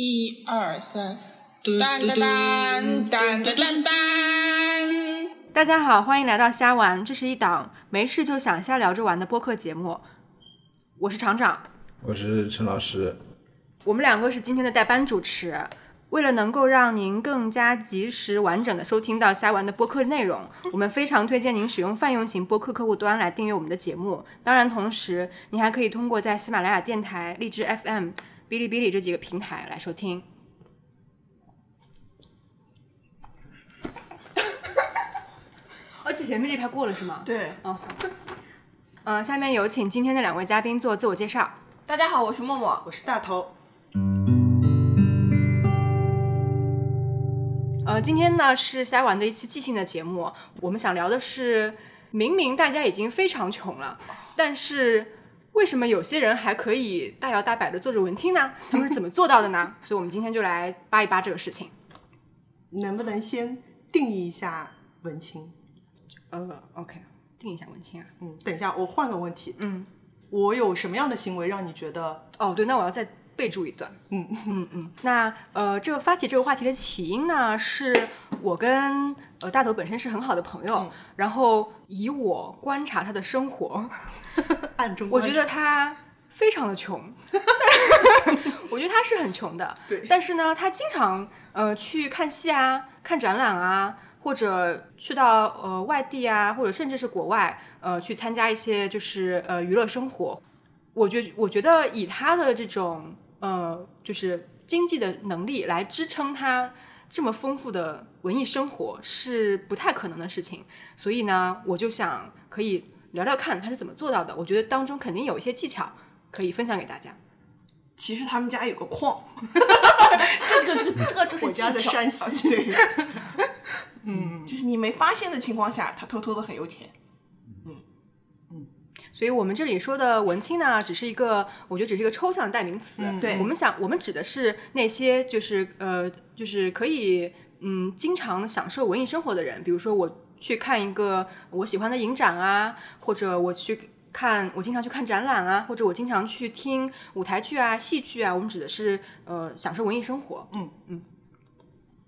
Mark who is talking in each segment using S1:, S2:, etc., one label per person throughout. S1: 一二三，当当当当当当当。
S2: 大家好，欢迎来到虾玩，这是一档没事就想瞎聊着玩的播客节目。我是厂长，
S3: 我是陈老师。
S2: 我们两个是今天的代班主持。为了能够让您更加及时、完整的收听到虾玩的播客内容，我们非常推荐您使用泛用型播客客户端来订阅我们的节目。当然，同时您还可以通过在喜马拉雅电台、荔枝 FM、哔哩哔哩这几个平台来收听。哦，这前面这排过了是吗？
S4: 对，
S2: 嗯，好。呃，下面有请今天的两位嘉宾做自我介绍。
S4: 大家好，我是默默。
S5: 我是大头，
S2: 呃，今天呢是虾玩的一期即兴的节目，我们想聊的是，明明大家已经非常穷了，
S5: 啊
S2: 但是为什么有些人还可以大摇大摆的做着文青呢？他们是怎么做到的呢？ 所以我们今天就来扒一扒这个事情。
S5: 能不能先定义一下文青？
S2: 呃，OK，定一下文青啊。
S5: 嗯，等一下，我换个问题，
S2: 嗯，
S5: 我有什么样的行为让你觉得
S2: 哦，对，那我要再备注一段。
S5: 嗯
S2: 嗯嗯。那呃，这个发起这个话题的起因呢，是我跟呃大头本身是很好的朋友，
S5: 嗯
S2: 然后以我观察他的生活，
S5: 暗中
S2: 我
S5: 观察？
S2: 觉得他非常的穷，我觉得他是很穷的。
S5: 对
S2: 但是呢，他经常呃去看戏啊、看展览啊，或者去到呃外地啊，或者甚至是国外呃去参加一些就是呃娱乐生活。我觉我觉得以他的这种呃就是经济的能力来支撑他这么丰富的文艺生活是不太可能的事情。所以呢，我就想可以聊聊看他是怎么做到的。我觉得当中肯定有一些技巧可以分享给大家。
S4: 其实他们家有个矿，这个这个这个 就是
S5: 我
S4: 技
S5: 家在
S4: 巧，
S5: 山西，嗯
S4: 就是你没发现的情况下，他偷偷的很有钱。
S2: 所以我们这里说的文青呢，只是一个我觉得只是一个抽象的代名词。
S5: 嗯
S4: 对
S2: 我们想我们指的是那些就是呃就是可以嗯经常享受文艺生活的人，比如说我去看一个我喜欢的影展啊，或者我去。看，我经常去看展览啊，或者我经常去听舞台剧啊、戏剧啊。我们指的是呃，享受文艺生活。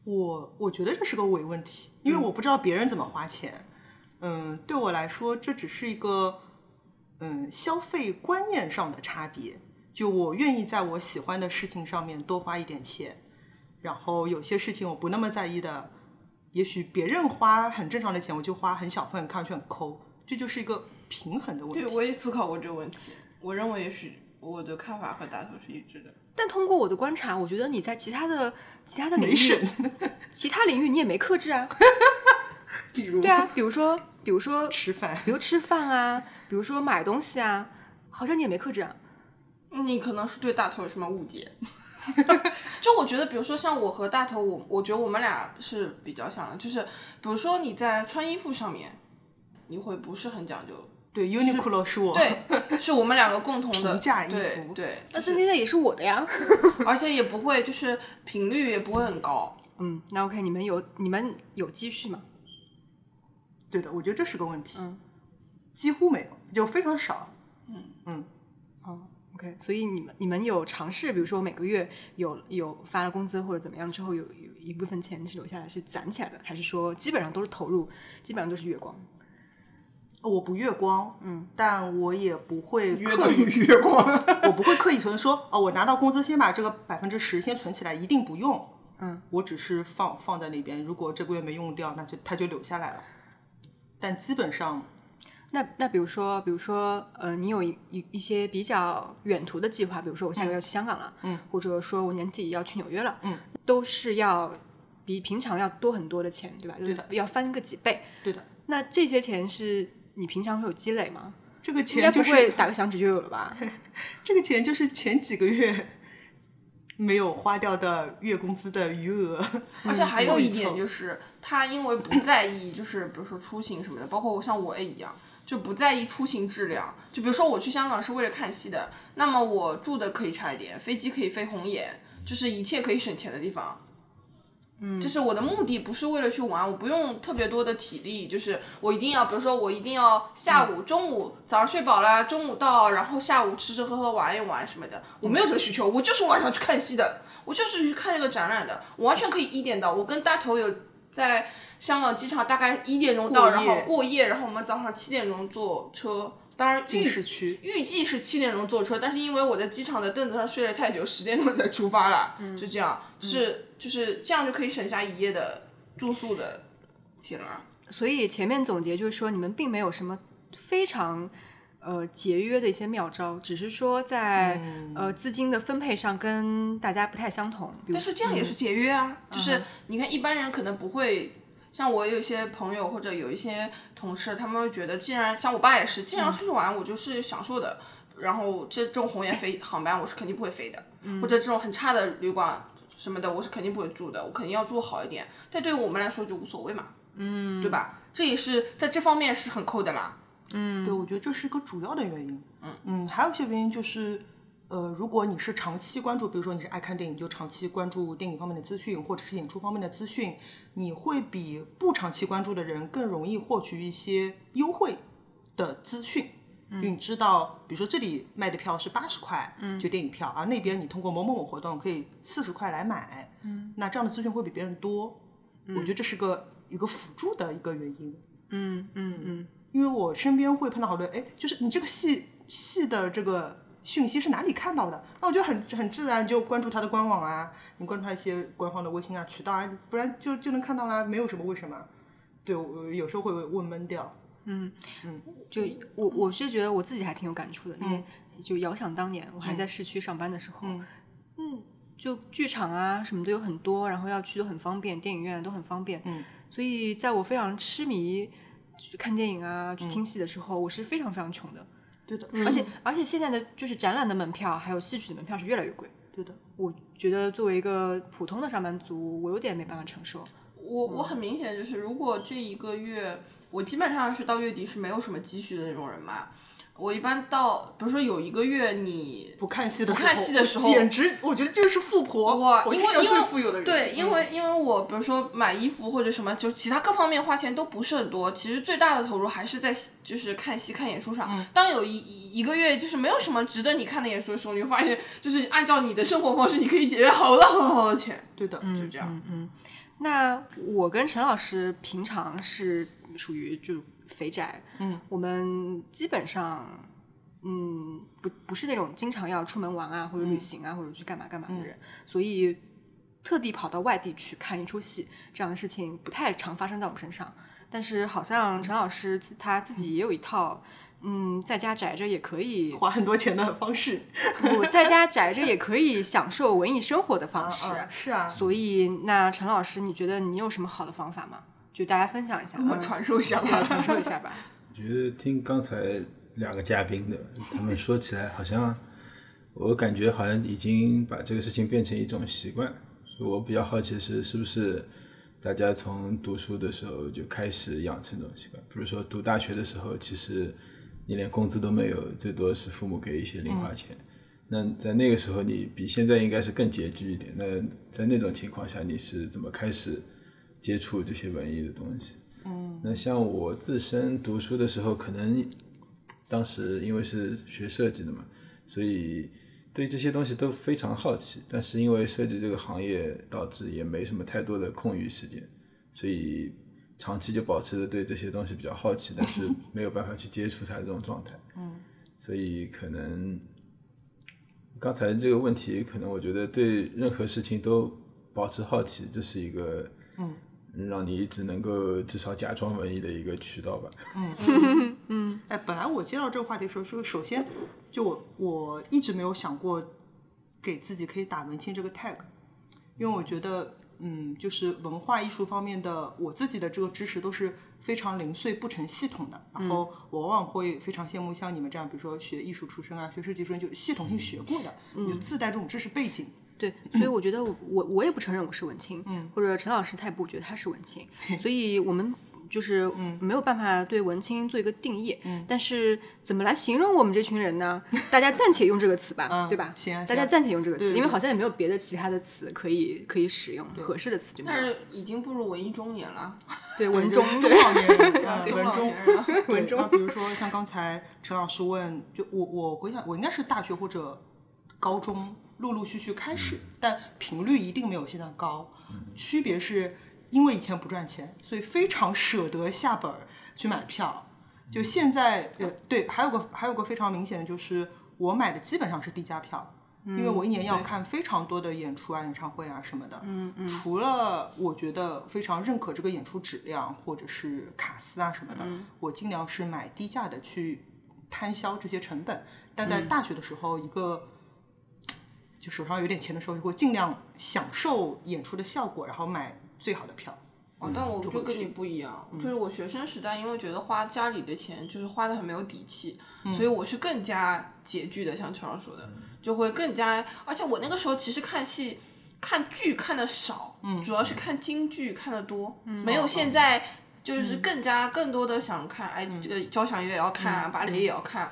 S5: 我我觉得这是个伪问题，因为我不知道别人怎么花钱。嗯，对我来说，这只是一个嗯消费观念上的差别。就我愿意在我喜欢的事情上面多花一点钱，然后有些事情我不那么在意的，也许别人花很正常的钱，我就花很小份，看上去很抠，这就是一个平衡的问
S4: 对，
S5: 题。
S4: 我也思考过这个问题，我认为是我的看法和大头是一致的。
S2: 但通过我的观察，我觉得你在其他的其他的领
S5: 没
S2: 域，
S5: 省，
S2: 其他领域你也没克制啊。
S5: 比如
S2: 对啊，比如说，比如说，
S5: 吃饭，
S2: 比如吃饭啊，比如说买东西啊，好像你也没克制啊。
S4: 你可能是对大头有什么误解？ 就我觉得，比如说像我和大头，我我觉得我们俩是比较像的，就是比如说你在穿衣服上面，你会不是很讲究。
S5: 对 Uniqlo 是我
S4: 对，是我们两个共同的
S5: 平价衣
S4: 对
S5: 服
S4: 对，
S2: 那
S4: 就是
S2: 最近的也是我的 呀。
S4: 而且也不会就是频率也不会很高。
S2: 嗯，那 OK，你们有你们有积蓄吗？
S5: 对的，我觉得这是个问题，
S2: 嗯
S5: 几乎没有，就非常少。
S2: 哦，OK，所以你们你们有尝试，比如说每个月有有发了工资或者怎么样之后有，有一部分钱是留下来是攒起来的，还是说基本上都是投入，基本上都是月光？
S5: 我不月光，
S2: 嗯，
S5: 但我也不会
S4: 约
S5: 刻意，
S4: 约光，
S5: 我不会刻意存说，哦，我拿到工资先把这个百分之十先存起来，一定不用。
S2: 嗯，
S5: 我只是放放在那边，如果这个月没用掉，那就它就留下来了。但基本上，
S2: 那那比如说，比如说，呃，你有一一一些比较远途的计划，比如说我下个月要去香港了，
S5: 嗯，
S2: 或者说我年底要去纽约了，
S5: 嗯，
S2: 都是要比平常要多很多的钱，对吧？就是
S5: 对的
S2: 要翻个几倍。
S5: 对的，
S2: 那这些钱是你平常会有积累吗？
S5: 这个
S2: 应该
S5: 钱
S2: 不
S5: 就
S2: 会
S5: 是
S2: 打个响指就有了吧？
S5: 这个钱就是前几个月没有花掉的月工资的 余额。
S4: 而且还有一
S5: 凑
S4: 点
S5: 一凑
S4: 就是，他因为不在意，就是比如说出行什么的，包括我像我也一样，就不在意出行质量。就比如说我去香港是为了看戏的，那么我住的可以差一点，飞机可以飞红眼，就是一切可以省钱的地方。嗯，就是我的目的不是为了去玩，我不用特别多的体力，就是我一定要，比如说我一定要下
S5: 嗯
S4: 午、中午早上睡饱了，中午到，然后下午吃吃喝喝玩一玩什么的，我没有这个需求，我就是晚上去看戏的，我就是去看这个展览的，我完全可以一点到。我跟大头有在香港机场大概一点钟到，
S5: 过
S4: 然
S5: 夜
S4: 后过夜，然后我们早上七点钟坐车。当然
S5: 进
S4: 预
S5: 市区
S4: 预计是七点钟坐车，但是因为我在机场的凳子上睡了太久，十点钟才出发了，就这样，是就是这样就可以省下一夜的住宿的钱了。
S2: 所以前面总结就是说，你们并没有什么非常呃节约的一些妙招，只是说在、
S5: 嗯
S2: 呃资金的分配上跟大家不太相同。比如
S4: 但是这样也是节约啊，就是你看一般人可能不会，像我有一些朋友或者有一些同事，他们会觉得，既然像我爸也是，既然要出去玩，我就是享受的。然后这这种红眼飞 航班我是肯定不会飞的，或者这种很差的旅馆什么的，我是肯定不会住的，我肯定要住好一点。但对于我们来说就无所谓嘛，嗯，对吧？这也是在这方面是很抠的啦。
S5: 对，我觉得这是一个主要的原因。嗯还有一些原因就是，呃，如果你是长期关注，比如说你是爱看电影，就长期关注电影方面的资讯，或者是演出方面的资讯，你会比不长期关注的人更容易获取一些优惠的资讯。就你知道，比如说这里卖的票是八十块，就电影票，而那边你通过某某某活动可以四十块来买，嗯，那这样的资讯会比别人多，我觉得这是个一个辅助的一个原因。
S2: 嗯嗯嗯，
S5: 因为我身边会碰到好多，哎，就是你这个戏戏的这个讯息是哪里看到的？那我就很很自然就关注它的官网啊，你关注它一些官方的微信啊渠道啊，不然就就能看到啦，没有什么为什么。对，我有时候会问闷掉，
S2: 嗯
S5: 嗯
S2: 就我我是觉得我自己还挺有感触的，因为就遥想当年我还在市区上班的时候，嗯
S5: 嗯
S2: 就剧场啊什么都有很多，然后要去都很方便，电影院都很方便，
S5: 嗯，
S2: 所以在我非常痴迷去看电影啊、去听戏的时候，我是非常非常穷的，
S5: 嗯对的，嗯
S2: 而且而且现在的就是展览的门票还有戏曲的门票是越来越贵，
S5: 对的，
S2: 我觉得作为一个普通的上班族，我有点没办法承受，
S4: 我我很明显就是，如果这一个月我基本上是到月底是没有什么积蓄的那种人嘛。我一般到，比如说有一个月你
S5: 不看戏的时候，
S4: 不看戏的时候
S5: 简直我觉得这个是富婆，
S4: 我
S5: 我
S4: 因
S5: 是
S4: 为
S5: 世界
S4: 因
S5: 最
S4: 为
S5: 富有的人，
S4: 对，因
S5: 嗯
S4: 为因为我比如说买衣服或者什么，就其他各方面花钱都不是很多，其实最大的投入还是在戏就是看戏看演出上。当有一一一个月就是没有什么值得你看的演出的时候，你会发现就是按照你的生活方式，你可以节约好多好多好多钱，
S5: 对的，
S4: 就这样。
S2: 那我跟陈老师平常是属于就是肥宅，
S5: 嗯，
S2: 我们基本上，嗯，不不是那种经常要出门玩啊，或
S5: 嗯
S2: 者旅行啊，或者去干嘛干嘛的人，所以特地跑到外地去看一出戏这样的事情不太常发生在我们身上。但是好像陈老师自他自己也有一套，嗯，在家宅着也可 以，
S5: 花很多钱的方式
S2: 不在家宅着也可以享受文艺生活的方式。
S5: 啊是啊，
S2: 所以，那陈老师，你觉得你有什么好的方法吗？就大家分享一下，啊
S4: 我们传授一下吧。
S2: 嗯传 授一下吧。
S3: 我觉得听刚才两个嘉宾的，他们说起来好像，我感觉好像已经把这个事情变成一种习惯。我比较好奇是是不是大家从读书的时候就开始养成这种习惯？比如说读大学的时候，其实你连工资都没有，最多是父母给一些零花钱。那在那个时候，你比现在应该是更拮据一点。那在那种情况下，你是怎么开始接触这些文艺的东西？那像我自身读书的时候，可能当时因为是学设计的嘛，所以对这些东西都非常好奇。但是因为设计这个行业，导致也没什么太多的空余时间，所以长期就保持着对这些东西比较好奇，但是没有办法去接触它这种状态。嗯，所以可能刚才这个问题，可能我觉得对任何事情都保持好奇，这是一个嗯，让你一直能够至少假装文艺的一个渠道吧。
S5: 哎，本来我接到这个话题的时候，说首先就我我一直没有想过给自己可以打文青这个 tag，因为我觉得，嗯，就是文化艺术方面的我自己的这个知识都是非常零碎不成系统的，然后我往往会非常羡慕像你们这样，比如说学艺术出身啊，学设计出身，就系统性学过的，你就自带这种知识背景。
S2: 对，所以我觉得我我我也不承认我是文青，
S5: 嗯
S2: 或者陈老师他也不觉得他是文青，所以我们就是
S5: 嗯
S2: 没有办法对文青做一个定义。但是怎么来形容我们这群人呢？大家暂且用这个 词吧，对吧？
S5: 行啊行啊
S2: 大家暂且用这个词，
S5: 对对
S2: 因为
S5: 对
S2: 好像也没有别的其他的词可以可以使用，合适的词就没
S4: 但
S2: 有。
S4: 是已经步入文艺中年了，
S2: 对，文
S5: 就
S2: 中
S5: 是
S2: 对
S5: 中老年人，啊
S4: 中
S5: 文
S4: 老
S5: 中
S4: 年人了。
S5: 对，那比如说像刚才陈老师问，就我我回想，我应该是大学或者高中陆陆续续开始，但频率一定没有现在高。区别是因为以前不赚钱，所以非常舍得下本儿去买票。就现在，呃，对，还有个还有个非常明显的就是，我买的基本上是低价票，因为我一年要看非常多的演出啊、演唱会啊什么的。嗯嗯。除了我觉得非常认可这个演出质量或者是卡司啊什么的，我尽量是买低价的去摊销这些成本。但在大学的时候，一个就手上有点钱的时候，会尽量享受演出的效果，然后买最好的票。
S4: 哦，但我
S5: 嗯就
S4: 就
S5: 会
S4: 跟
S5: 去嗯
S4: 你不一样，就是我学生时代，因为觉得花家里的钱就是花的很没有底气，
S5: 嗯
S4: 所以我是更加拮据的，像陈老师说的，就会更加，而且我那个时候其实看戏。看剧看的少，
S5: 嗯
S4: 主要是看京剧看的多，没
S5: 哦
S4: 有现在
S5: 嗯
S4: 就是更加更多的想看，哎，这个交响乐也要看
S5: 嗯
S4: 啊，芭蕾也要看。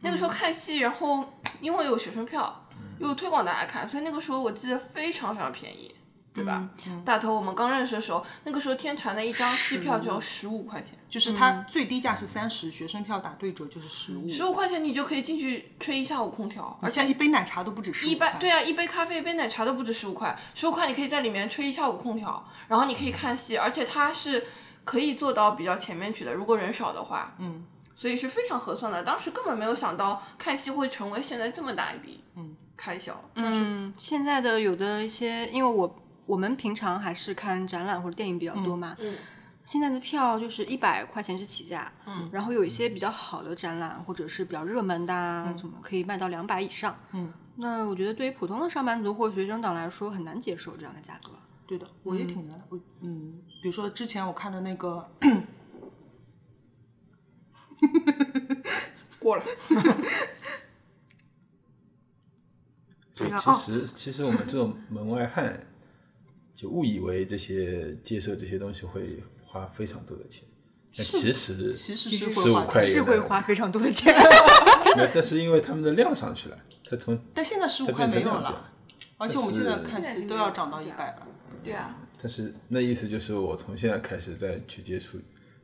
S4: 那个时候看戏，然后因为有学生票，
S5: 嗯
S4: 又推广大家看，所以那个时候我记得非常非常便宜，对
S5: 嗯
S4: 吧？大头，我们刚认识的时候，那个时候天蟾的一张戏票只要十五块钱，
S5: 就是它最低价是三十、学生票打对折就是十五，
S4: 嗯十五块钱你就可以进去吹一下午空调，而
S5: 而且
S4: 且
S5: 一杯奶茶都不止十
S4: 一般对
S5: 啊，
S4: 啊，一杯咖啡、一杯奶茶都不止十五块，十五块你可以在里面吹一下午空调，然后你可以看戏，而且它是可以做到比较前面去的，如果人少的话，
S5: 嗯，
S4: 所以是非常合算的。当时根本没有想到看戏会成为现在这么大一笔
S5: 嗯
S4: 开销，
S2: 嗯，现在的有的一些，因为我我们平常还是看展览或者电影比较多嘛，
S4: 嗯
S2: 现在的票就是一百块钱是起价，嗯，然后有一些比较好的展览或者是比较热门的啊，什么可以卖到两百以上，
S5: 嗯，
S2: 那我觉得对于普通的上班族或者学生党来说很难接受这样的价格，
S5: 对的，我也挺难的。我嗯，比如说之前我看的那个，
S4: 过了。
S3: 对，
S5: 那
S3: 其实其实我们这种门外汉，就误以为这些接受这些东西会花非常多的钱，但其实
S5: 其实
S2: 其
S5: 是
S2: 实
S5: 会
S3: 15
S5: 花
S3: 块
S5: 的，
S3: 也
S2: 是会
S3: 难
S2: 花非常多的钱。
S3: 那但是因为他们的量上去了，它从
S5: 但现在十
S3: 它
S5: 五块
S3: 变成
S5: 没有
S3: 量
S5: 了，
S3: 表，
S5: 而且我们现在
S3: 但是
S5: 看戏都要涨到一百了。
S4: 对啊，
S3: 但是那意思就是我从现在开始再去接触，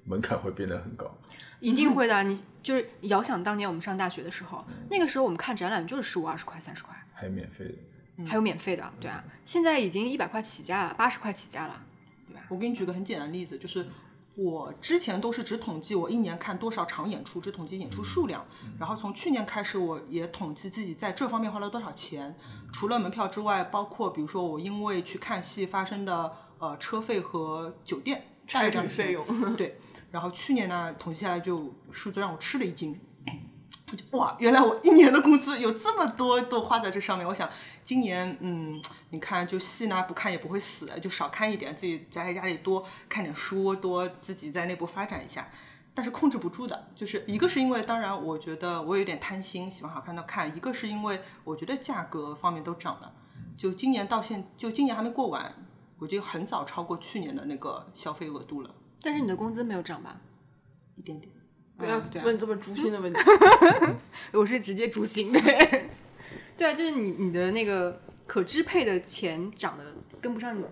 S3: 门槛会变得很高。
S2: 一定会的。你就是遥想当年我们上大学的时候，那个时候我们看展览就是十五、二十块、三十块，
S3: 还有免费的，
S2: 还有免费的，对啊。现在已经一百块起价了，八十块起价了。
S5: 我给你举个很简单的例子，就是我之前都是只统计我一年看多少场演出，只统计演出数量。然后从去年开始，我也统计自己在这方面花了多少钱，除了门票之外，包括比如说我因为去看戏发生的呃车费和酒店，大概这样的
S4: 费
S5: 钱
S4: 用
S5: 对，然后去年呢，统计下来就数字让我吃了一惊。我就哇，原来我一年的工资有这么多都花在这上面。我想今年，嗯，你看就戏呢不看也不会死，就少看一点，自己宅在家里多看点书，多自己在内部发展一下。但是控制不住的，就是一个是因为，当然我觉得我有点贪心，喜欢好看的看；一个是因为我觉得价格方面都涨了。就今年到现，就今年还没过完，我就很早超过去年的那个消费额度了，
S2: 但是你的工资没有涨吧？
S5: 一点点。
S4: 不要
S2: 对啊
S4: 问这么诛心的 问题。
S2: 我是直接逐薪的。 对啊，就是你你的那个可支配的钱涨得跟不上你。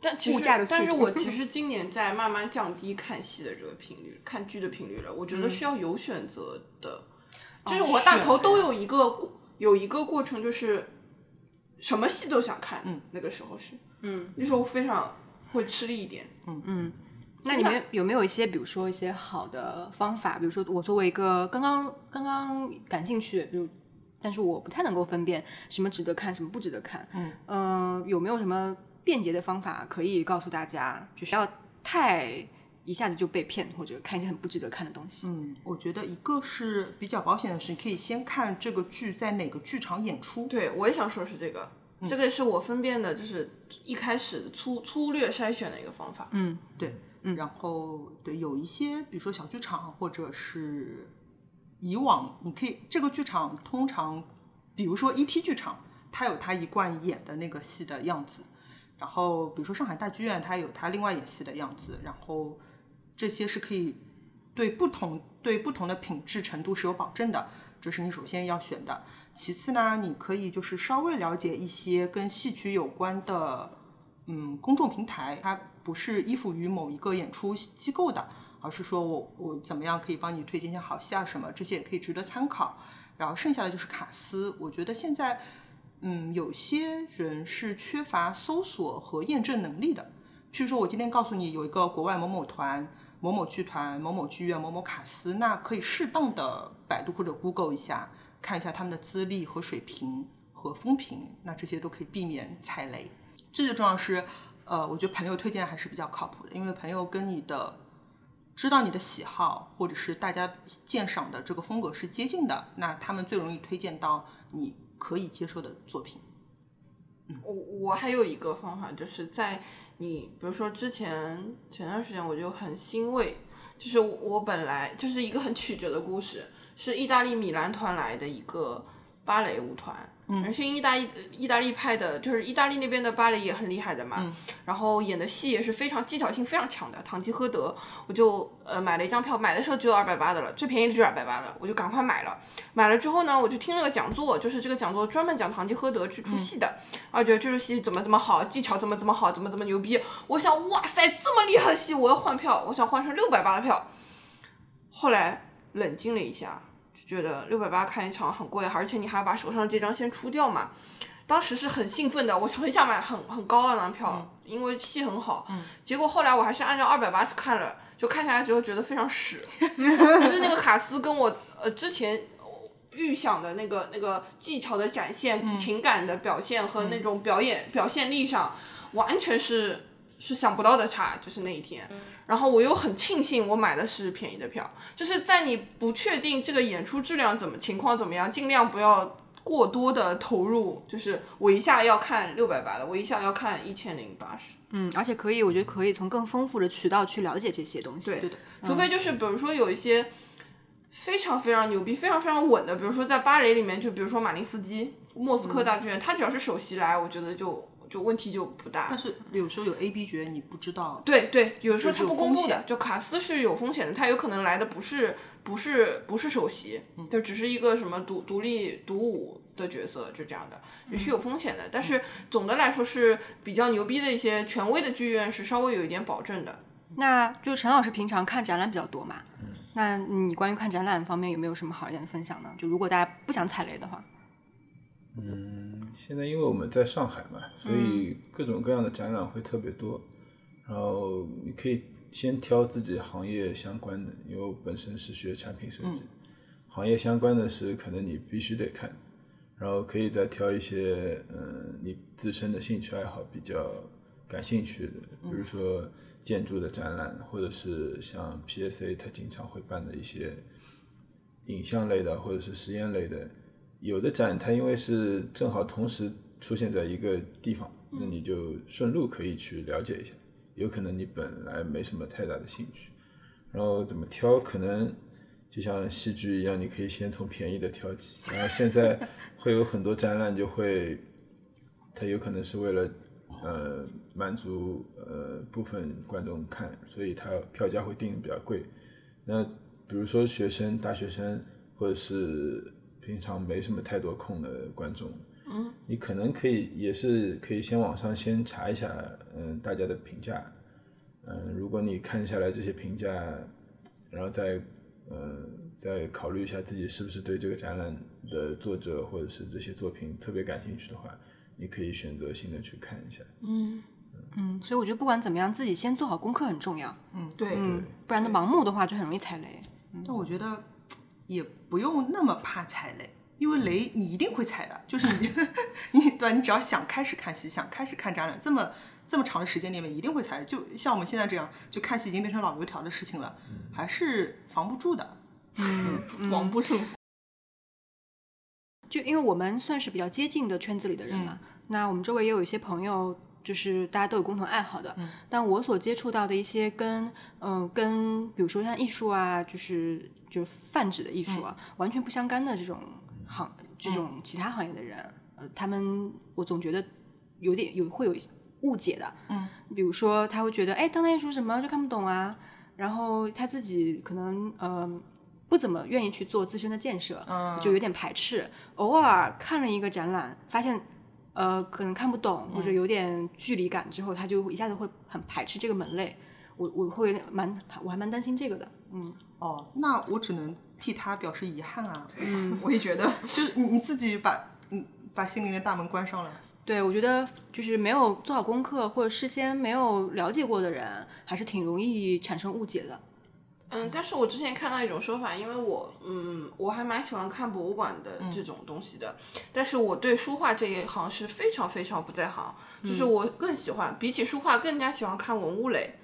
S4: 但其实
S2: 物价的，速度
S4: 但是 我其实今年在慢慢降低看戏的这个频率，看剧的频率了。我
S2: 嗯
S4: 觉得是要有选择的，
S2: 哦
S4: 就是我和大头都
S2: 啊
S4: 有一个过有一个过程，就是什么戏都想看。
S5: 嗯，
S4: 那个时候是，嗯，那时候非常会吃力一点。
S2: 那你们有没有一些，比如说一些好的方法？比如说，我作为一个刚刚刚刚感兴趣，比如，但是我不太能够分辨什么值得看，什么不值得看。
S5: 嗯
S2: 呃有没有什么便捷的方法可以告诉大家，就是不要太一下子就被骗，或者看一些很不值得看的东西？
S5: 嗯，我觉得一个是比较保险的是，你可以先看这个剧在哪个剧场演出。
S4: 对，我也想说是这个，
S2: 嗯
S4: 这个是我分辨的，就是一开始粗粗略筛选的一个方法。
S2: 嗯，
S5: 对，然后对有一些，比如说小剧场或者是以往，你可以这个剧场通常，比如说 ET 剧场，它有它一贯演的那个戏的样子，然后比如说上海大剧院，它有它另外演戏的样子，然后这些是可以对不同对不同的品质程度是有保证的，这是你首先要选的。其次呢，你可以就是稍微了解一些跟戏曲有关的，嗯，公众平台，它不是依附于某一个演出机构的，而是说我我怎么样可以帮你推荐一些好戏啊什么，这些也可以值得参考。然后剩下的就是卡斯，我觉得现在嗯，有些人是缺乏搜索和验证能力的。譬如说，我今天告诉你有一个国外某某团、某某剧团、某某剧院、某某卡司，那可以适当的百度或者 Google 一下，看一下他们的资历和水平和风评，那这些都可以避免踩雷。最最重要的是，呃，我觉得朋友推荐还是比较靠谱的，因为朋友跟你的知道你的喜好或者是大家鉴赏的这个风格是接近的，那他们最容易推荐到你可以接受的作品。
S4: 我我还有一个方法，就是在你比如说之前前段时间我就很欣慰，就是我本来就是一个很曲折的故事，是意大利米兰团来的一个芭蕾舞团，嗯，是意大利意大利派的，就是意大利那边的芭蕾也很厉害的嘛，然后演的戏也是非常技巧性非常强的，《堂吉诃德》，我就呃买了一张票，买的时候只有二百八的了，最便宜的就是二百八了，我就赶快买了。买了之后呢，我就听了个讲座，就是这个讲座专门讲堂吉诃德这出戏的，啊，觉得这出戏怎么怎么好，技巧怎么怎么好，怎么怎么牛逼。我想，哇塞，这么厉害的戏，我要换票，我想换成六百八的票。后来冷静了一下，就觉得六百八看一场很贵，而且你还要把手上这张先出掉嘛。当时是很兴奋的，我很想买很很高的那张票，因为戏很好。结果后来我还是按照二百八去看了，就看下来之后觉得非常屎，就是那个卡斯跟我呃之前预想的那个那个技巧的展现、情感的表现和那种表演、表现力上，完全是是想不到的差，就是那一天。然后我又很庆幸我买的是便宜的票，就是在你不确定这个演出质量怎么情况怎么样，尽量不要过多的投入。就是我一下要看六百八的，我一下要看一千零八十。
S2: 嗯，而且可以，我觉得可以从更丰富的渠道去了解这些东西。
S4: 对除非就是比如说有一些非常非常牛逼、非常非常稳的，比如说在芭蕾里面，就比如说马林斯基、莫斯科
S5: 嗯
S4: 大剧院，他只要是首席来，我觉得就就问题就不大。
S5: 但是有时候有 A B 觉得你不知道，
S4: 对对，有时候他
S5: 就是
S4: 不
S5: 有
S4: 公
S5: 风
S4: 布的
S5: 险，
S4: 就卡斯是有风险的，他有可能来的不是不是不是首席，
S5: 嗯
S4: 就只是一个什么独独立独舞的角色，就这样的，也
S5: 嗯
S4: 是有风险的。但是总的来说是比较牛逼的一些权威的剧院是稍微有一点保证的。
S2: 那就陈老师平常看展览比较多嘛，那你关于看展览方面有没有什么好一点的分享呢？就如果大家不想踩雷的话，
S3: 现在因为我们在上海嘛，所以各种各样的展览会特别多。然后你可以先挑自己行业相关的，因为我本身是学产品设计，行业相关的是可能你必须得看，然后可以再挑一些嗯你自身的兴趣爱好比较感兴趣的，比如说建筑的展览，或者是像 PSA 它经常会办的一些影像类的或者是实验类的，有的展它因为是正好同时出现在一个地方，那你就顺路可以去了解一下。有可能你本来没什么太大的兴趣，然后怎么挑，可能就像戏剧一样，你可以先从便宜的挑起。然后现在会有很多展览就会，它有可能是为了呃满足呃部分观众看，所以它票价会定得比较贵。那比如说学生、大学生，或者是平常没什么太多空的观众，嗯，你可能可以也是可以先网上先查一下，嗯，大家的评价，嗯，如果你看下来这些评价，然后再嗯再考虑一下自己是不是对这个展览的作者或者是这些作品特别感兴趣的话，你可以选择性的去看一下，
S2: 嗯，所以我觉得不管怎么样，自己先做好功课很重要，
S4: 对，
S2: 嗯，不然的盲目的话就很容易踩雷。
S5: 但我觉得也不用那么怕踩雷，因为雷你一定会踩的，就是你你对吧，啊你只要想开始看戏，想开始看展览，这么这么长的时间里面一定会踩雷，就像我们现在这样，就看戏已经变成老油条的事情了，还是防不住的。
S4: 防不胜防。
S2: 就因为我们算是比较接近的圈子里的人嘛，那我们周围也有一些朋友，就是大家都有共同爱好的。但我所接触到的一些跟嗯、呃跟比如说像艺术啊，就是就是泛指的艺术啊，完全不相干的这种行这种其他行业的人，呃，他们我总觉得有点有会有一些误解的。
S5: 嗯，
S2: 比如说他会觉得哎，当代艺术是什么就看不懂啊，然后他自己可能嗯、呃不怎么愿意去做自身的建设，
S5: 嗯
S2: 就有点排斥。偶尔看了一个展览，发现呃可能看不懂
S5: 嗯
S2: 或者有点距离感之后，他就一下子会很排斥这个门类。我我会有点蛮我还蛮担心这个的，嗯，
S5: 哦，那我只能替他表示遗憾啊，
S4: 嗯嗯，我也觉得。
S5: 就是你你自己把嗯把心灵的大门关上了。
S2: 对，我觉得就是没有做好功课或者事先没有了解过的人，还是挺容易产生误解的。
S4: 嗯，但是我之前看到一种说法，因为我嗯，我还蛮喜欢看博物馆的这种东西的，但是我对书画这一行是非常非常不在行，就是我更喜欢、比起书画更加喜欢看文物类，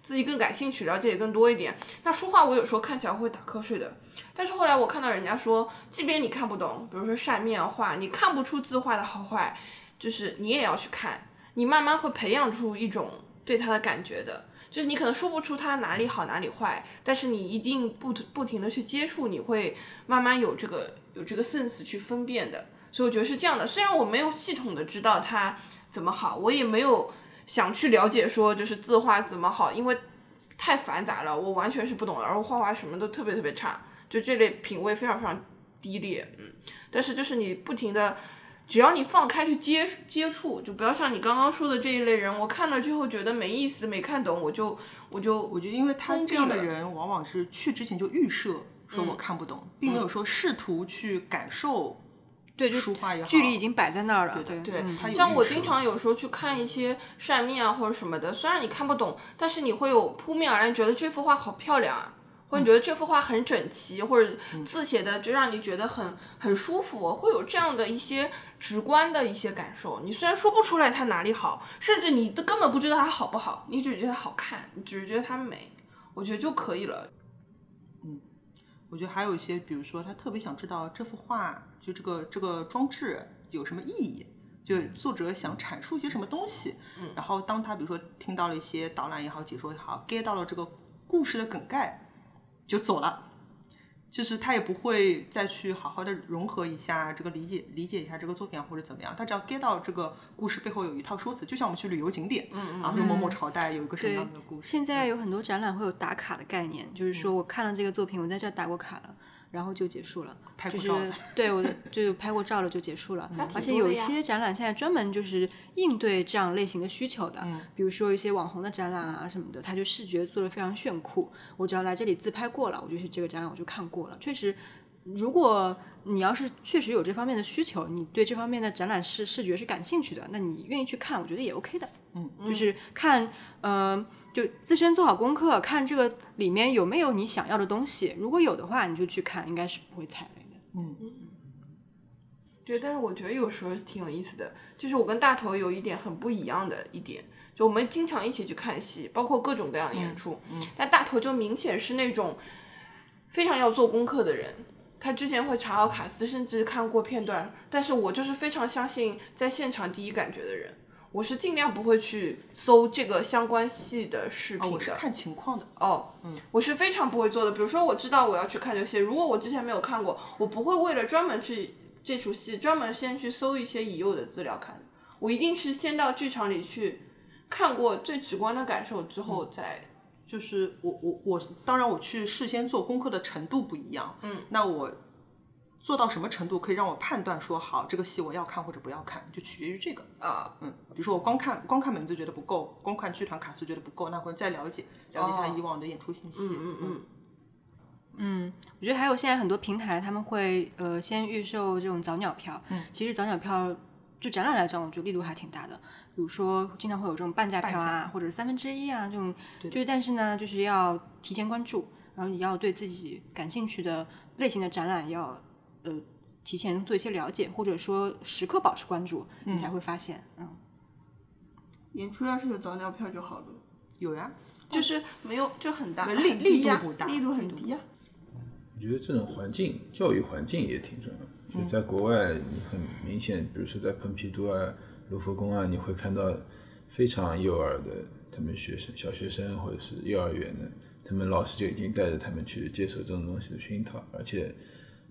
S4: 自己更感兴趣，了解也更多一点。那书画我有时候看起来会打瞌睡的，但是后来我看到人家说，即便你看不懂，比如说扇面画，你看不出字画的好坏，就是你也要去看，你慢慢会培养出一种对它的感觉的。就是你可能说不出它哪里好哪里坏，但是你一定不不停的去接触，你会慢慢有这个有这个 sense 去分辨的。所以我觉得是这样的，虽然我没有系统的知道它怎么好，我也没有想去了解说就是字画怎么好，因为太繁杂了，我完全是不懂的。然后画画什么都特别特别差，就这类品味非常非常低劣，嗯。但是就是你不停的。只要你放开去接接触，就不要像你刚刚说的这一类人，我看了之后觉得没意思，没看懂，我就我就
S5: 我觉得，因为他
S4: 封闭
S5: 这样的
S4: 了
S5: 人往往是去之前就预设
S2: 嗯
S5: 说我看不懂，并没有说试图去感受
S2: 对，就
S5: 书画也好，
S2: 距离已经摆在那儿了。
S5: 哦对的
S4: 对
S2: 嗯，
S5: 他有
S4: 像
S5: 预
S4: 我
S5: 设
S4: 经常有时候去看一些扇面啊或者什么的，虽然你看不懂，但是你会有扑面而来，觉得这幅画好漂亮啊，或者你觉得这幅画很整齐，或者
S5: 嗯
S4: 字写的就让你觉得很很舒服，会有这样的一些直观的一些感受。你虽然说不出来它哪里好，甚至你都根本不知道它好不好，你只觉得好看，你只是觉得它美，我觉得就可以了。
S5: 我觉得还有一些，比如说他特别想知道这幅画，就这个这个装置有什么意义，就作者想阐述一些什么东西。
S4: 嗯
S5: 然后当他比如说听到了一些导览也好、解说也好，get 到了这个故事的梗概，就走了。就是他也不会再去好好的融合一下这个理解理解一下这个作品啊或者怎么样，他只要 get 到这个故事背后有一套说辞，就像我们去旅游景点，嗯啊，说某某朝代有一个什么样的故事，
S2: 现在有很多展览会有打卡的概念，就是说我看了这个作品，我在这儿打过卡了，然后就结束了。
S5: 拍
S2: 就
S5: 过
S2: 是
S5: 照的，
S2: 对我的就拍过照了就结束了
S4: 还挺，
S2: 而且
S4: 多的
S2: 有一
S4: 呀
S2: 些展览现在专门就是应对这样类型的需求
S5: 嗯
S2: 的，比如说一些网红的展览啊什么的，它就视觉做的非常炫酷。我只要来这里自拍过了，我就去这个展览我就看过了。确实，如果你要是确实有这方面的需求，你对这方面的展览视视觉是感兴趣的，那你愿意去看，我觉得也 OK 的。
S5: 嗯，
S2: 就是看，呃，就自身做好功课，看这个里面有没有你想要的东西。如果有的话，你就去看，应该是不会踩雷的。
S4: 对，但是我觉得有时候挺有意思的，就是我跟大头有一点很不一样的一点，就我们经常一起去看戏，包括各种各样的
S5: 嗯
S4: 演出。但大头就明显是那种非常要做功课的人，他之前会查好卡斯，甚至看过片段。但是我就是非常相信在现场第一感觉的人，我是尽量不会去搜这个相关戏的视
S5: 啊，
S4: 频
S5: 我是
S4: 的。
S5: 看情况的，
S4: 哦，我是非常不会做的。比如说，我知道我要去看这个戏，如果我之前没有看过，我不会为了专门去这出戏专门先去搜一些已有的资料看的。我一定是先到剧场里去看过最直观的感受之后再。
S5: 就是我我我，当然我去事先做功课的程度不一样，嗯，那我做到什么程度可以让我判断说好这个戏我要看或者不要看，就取决于这个
S4: 啊，
S5: 嗯，比如说我光看光看名字觉得不够，光看剧团卡司觉得不够，那可能再了解了解一下
S4: 哦
S5: 以往的演出信息，
S4: 嗯嗯嗯，
S2: 我觉得还有现在很多平台他们会呃先预售这种早鸟票，嗯，其实早鸟票就展览来讲，我觉得力度还挺大的。比如说经常会有这种半价票啊，或者三分之一啊这种，就是但是呢，就是要提前关注，然后也要对自己感兴趣的类型的展览要呃提前做一些了解，或者说时刻保持关注，你才会发现，嗯，
S4: 演出要是有早鸟票就好了，
S5: 有呀，
S4: 就是没有就很大，
S5: 力
S4: 很低呀
S5: 力度不大
S4: 力度很低呀、
S3: 我觉得这种环境、教育环境也挺重要。就在国外，你很明显，比如说在蓬皮杜啊、卢浮宫啊，你会看到非常幼儿的他们学生、小学生或者是幼儿园的，他们老师就已经带着他们去接受这种东西的熏陶。而且，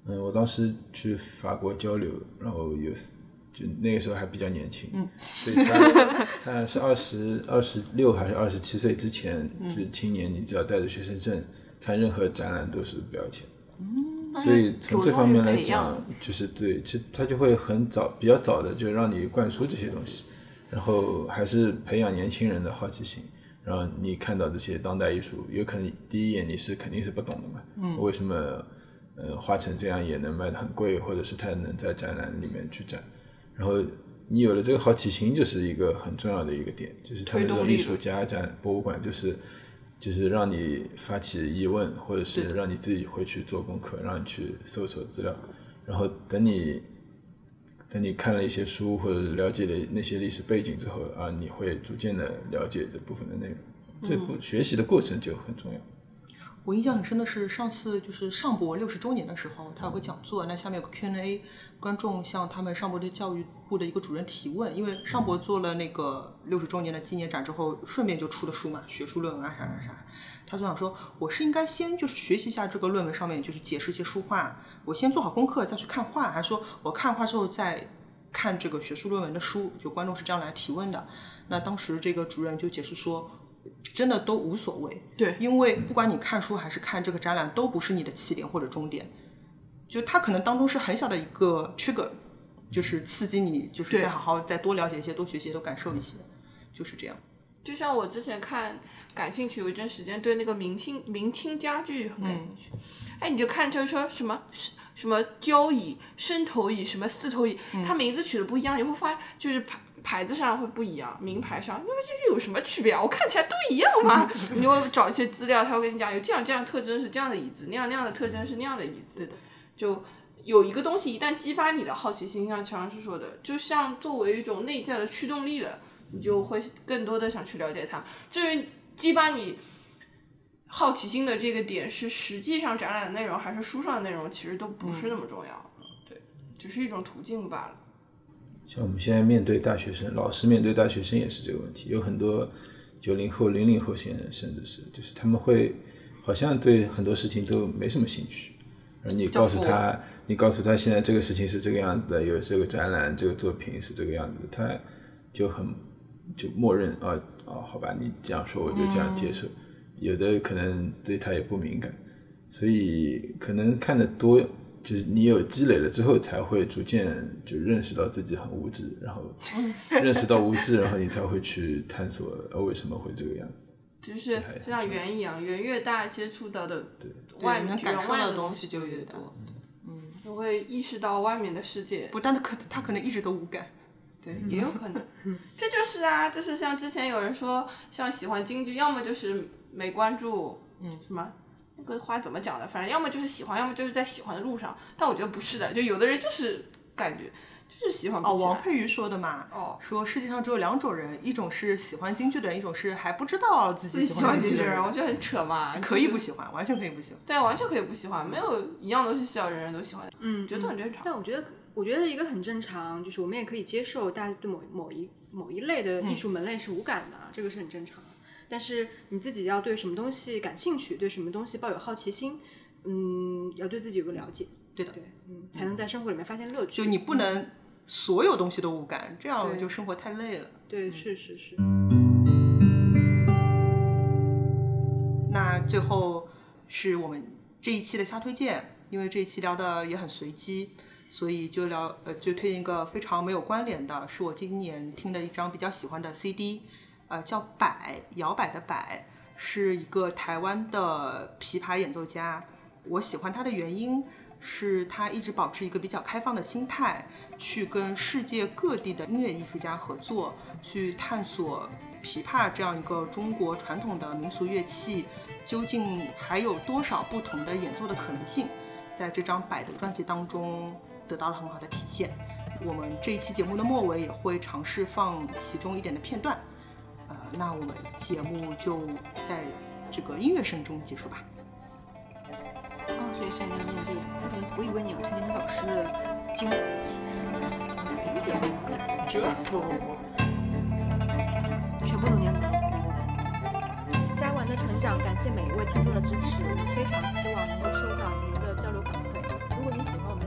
S3: 嗯，我当时去法国交流，然后有就那个时候还比较年轻，所以他他是二十二十六还是二十七岁之前，就是青年，你只要带着学生证看任何展览都是不要钱。所以从这方面来讲，就是对，其实他就会很早、比较早的就让你灌输这些东西，然后还是培养年轻人的好奇心，让你看到这些当代艺术，有可能第一眼你是肯定是不懂的嘛，嗯，为什么，呃，画成这样也能卖得很贵，或者是它能在展览里面去展，然后你有了这个好奇心，就是一个很重要的一个点，就是他
S4: 推
S3: 们这
S4: 动
S3: 种
S4: 力
S3: 艺术家展博物馆，就是就是让你发起疑问，或者是让你自己回去做功课，让你去搜索资料，然后等你等你看了一些书或者了解了那些历史背景之后啊，你会逐渐的了解这部分的内容。这部学习的过程就很重要。
S5: 我印象很深的是，上次就是上博六十周年的时候，他有个讲座，那下面有个 Q&A，观众向他们上博的教育部的一个主任提问，因为上博做了那个六十周年的纪念展之后，顺便就出了书嘛，学术论文啊啥啥啥。他就想说，我是应该先就是学习一下这个论文上面就是解释一些书画，我先做好功课再去看画，还是说我看画之后再看这个学术论文的书？就观众是这样来提问的。那当时这个主任就解释说，真的都无所谓，
S4: 对
S5: 因为不管你看书还是看这个展览，都不是你的起点或者终点，就它可能当中是很小的一个 trigger，就是刺激你，就是
S4: 对
S5: 再好好再多了解一些，多学习，多感受一些，就是这样。
S4: 就像我之前看感兴趣有一段时间对那个明清明清家具很感兴趣，哎，你就看就是说什么是什么交椅、伸头椅、什么四头椅，它名字取的不一样，你会发现就是牌牌子上会不一样，名牌上，那么这有什么区别啊？我看起来都一样嘛。你就会找一些资料，他会跟你讲有这样这样的特征是这样的椅子，那样那样的特征是那样的椅子，就。有一个东西一旦激发你的好奇心，像乔老师说的，就像作为一种内在的驱动力了，你就会更多的想去了解它。至于激发你好奇心的这个点，是实际上展览的内容还是书上的内容，其实都不是那么重要。嗯对，只是一种途径罢了。
S3: 像我们现在面对大学生，老师面对大学生也是这个问题，有很多九零后、零零后现在甚至是，就是他们会好像对很多事情都没什么兴趣，而你告诉
S4: 就
S3: 他，你告诉他现在这个事情是这个样子的，有这个展览，这个作品是这个样子的，他就很就默认啊啊，好吧，你这样说我就这样接受，有的可能对他也不敏感，所以可能看得多，就是你有积累了之后，才会逐渐就认识到自己很无知，然后认识到无知，然后你才会去探索呃为什么会这个样子。
S4: 就是
S3: 还
S4: 就像
S3: 挺
S4: 圆一样，圆越大，接触到的
S5: 对
S4: 外面
S5: 能感
S4: 圆
S5: 受
S4: 外
S5: 到
S4: 的
S5: 的
S4: 东
S5: 东
S4: 西
S5: 西
S4: 就
S5: 就
S4: 越
S5: 越大
S4: 多，嗯就会意识到外面的世界。
S5: 不但他可他可能一直都无感，
S4: 对，也有可能。 这就是啊，就是像之前有人说，像喜欢京剧，要么就是没关注，嗯，什么那个话怎么讲的？反正要么就是喜欢，要么就是在喜欢的路上。但我觉得不是的，就有的人就是感觉就是喜欢
S5: 哦，
S4: 不起来。
S5: 王佩瑜说的嘛，
S4: 哦
S5: 说世界上只有两种人，一种是喜欢京剧的人，一种是还不知道自
S4: 自己
S5: 己
S4: 喜
S5: 喜
S4: 欢
S5: 欢
S4: 京剧
S5: 京的
S4: 的人，
S5: 人
S4: 我，觉得很扯嘛。
S5: 可以
S4: 就
S5: 不
S4: 是
S5: 喜欢，完全可以不喜欢。
S4: 对，完全可以不喜欢，没有一样东西是要人人都喜欢的。
S2: 嗯
S4: 觉得很正常。
S2: 但我觉得，我觉得一个很正常，就是我们也可以接受，大家对某某一某一类的艺
S5: 嗯
S2: 术门类是无感的，这个是很正常的。但是你自己要对什么东西感兴趣，对什么东西抱有好奇心，嗯，要对自己有个了解，
S5: 对的
S2: 对，嗯，才能在生活里面发现乐趣。嗯
S5: 就你不
S4: 嗯
S5: 能所有东西都无感，这样
S2: 对
S5: 就生活太累了。
S2: 对，是是是，
S5: 嗯那最后是我们这一期的瞎推荐，因为这一期聊的也很随机，所以就聊呃就推荐一个非常没有关联的，是我今年听的一张比较喜欢的 CD，呃叫摆摇摆的摆，是一个台湾的琵琶演奏家。我喜欢他的原因是他一直保持一个比较开放的心态，去跟世界各地的音乐艺术家合作，去探索琵琶这样一个中国传统的民俗乐器究竟还有多少不同的演奏的可能性，在这张摆的专辑当中得到了很好的体现。我们这一期节目的末尾也会尝试放其中一点的片段，呃，那我们节目就在这个音乐声中结束吧。
S2: 哦，所以善良面对，嗯我以为你要推荐他老师的《京湖》，怎么理解呢？
S5: 这不不不，
S2: 全部都念吗？
S6: 摘完的成长，感谢每一位听众的支持，非常希望能够收到您的交流反馈。如果您喜欢我们